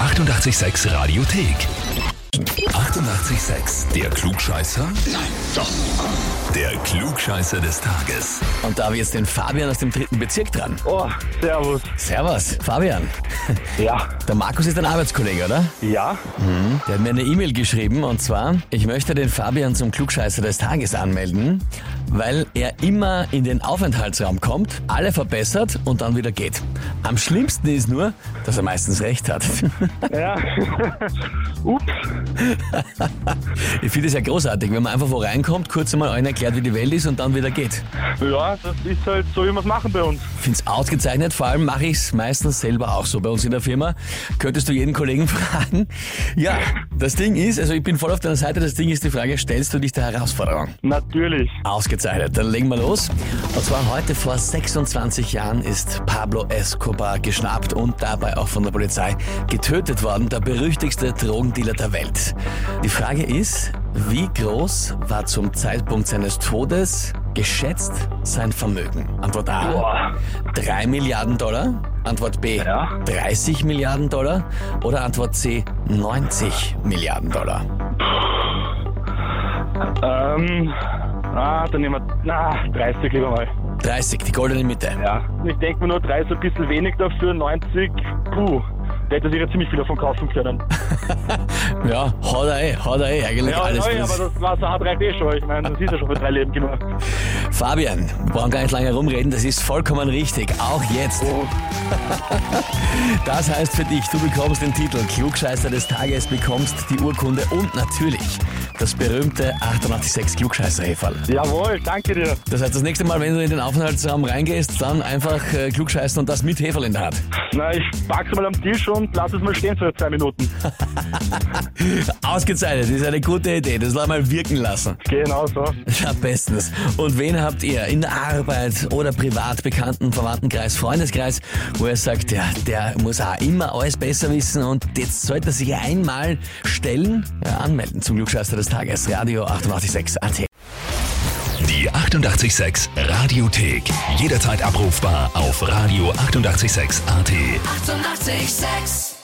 886 Radiothek. 88,6. Der Klugscheißer? Nein, doch. Der Klugscheißer des Tages. Und da habe ich jetzt den Fabian aus dem dritten Bezirk dran. Oh, servus. Servus, Fabian. Ja, Der Markus ist dein Arbeitskollege, oder? Hm. ja, Der hat mir eine E-Mail geschrieben und zwar, ich möchte den Fabian zum Klugscheißer des Tages anmelden, weil er immer in den Aufenthaltsraum kommt, alle verbessert und dann wieder geht. Am schlimmsten ist nur, dass er meistens recht hat. ja. Ups, Ich finde es ja großartig, wenn man einfach wo reinkommt, kurz einmal allen erklärt, wie die Welt ist und dann wieder geht. ja, das ist halt so, wie wir es machen bei uns. Ich finde es ausgezeichnet, vor allem mache ich es meistens selber auch so bei uns in der Firma. Könntest du jeden Kollegen fragen? Ja, das Ding ist, also ich bin voll auf deiner Seite, das Ding ist die Frage, stellst du dich der Herausforderung? Natürlich. Ausgezeichnet. Dann legen wir los. Und zwar heute vor 26 Jahren ist Pablo Escobar geschnappt und dabei auch von der Polizei getötet worden, der berüchtigste Drogendealer der Welt. Die Frage ist, wie groß war zum Zeitpunkt seines Todes geschätzt sein Vermögen? Antwort A. Boah. 3 Milliarden Dollar. Antwort B. Ja. 30 Milliarden Dollar. Oder Antwort C. 90 Milliarden Dollar. Ähm, ah, dann nehmen wir, na, 30 lieber mal. 30, die goldene Mitte. Ja. Ich denke mir nur 30 ein bisschen wenig dafür, 90, puh. Da hätte sich ja ziemlich viel davon kaufen können. Ja, hat er eh, hat er eh eigentlich Ja, alles. neu, drin. aber das Wasser hat reicht eh schon. Ich meine, das ist ja schon für drei Leben genug. Fabian, wir brauchen gar nicht lange rumreden, das ist vollkommen richtig, auch jetzt. Oh. Das heißt für dich, du bekommst den Titel Klugscheißer des Tages, bekommst die Urkunde und natürlich das berühmte 886 klugscheißer -Häferl. Jawohl, danke dir. Das heißt, das nächste Mal, wenn du in den Aufenthaltsraum reingehst, dann einfach äh, klugscheißen und das mit Heferl in der Hand. Na, ich pack's mal am Tisch und lass es mal stehen für zwei Minuten. Ausgezeichnet, ist eine gute Idee, das lass mal wirken lassen. Genau so. Ja, bestens. Und wen habt ihr in der Arbeit oder privat, Bekannten, Verwandtenkreis, Freundeskreis, wo ihr sagt, ja, der muss auch immer alles besser wissen und jetzt sollte er sich einmal stellen, ja, anmelden zum Glückscheißer des Tages. Radio 886 AT. Die 88,6 Radiothek. Jederzeit abrufbar auf radio886.at. 88,6. Eighty-eight, sex.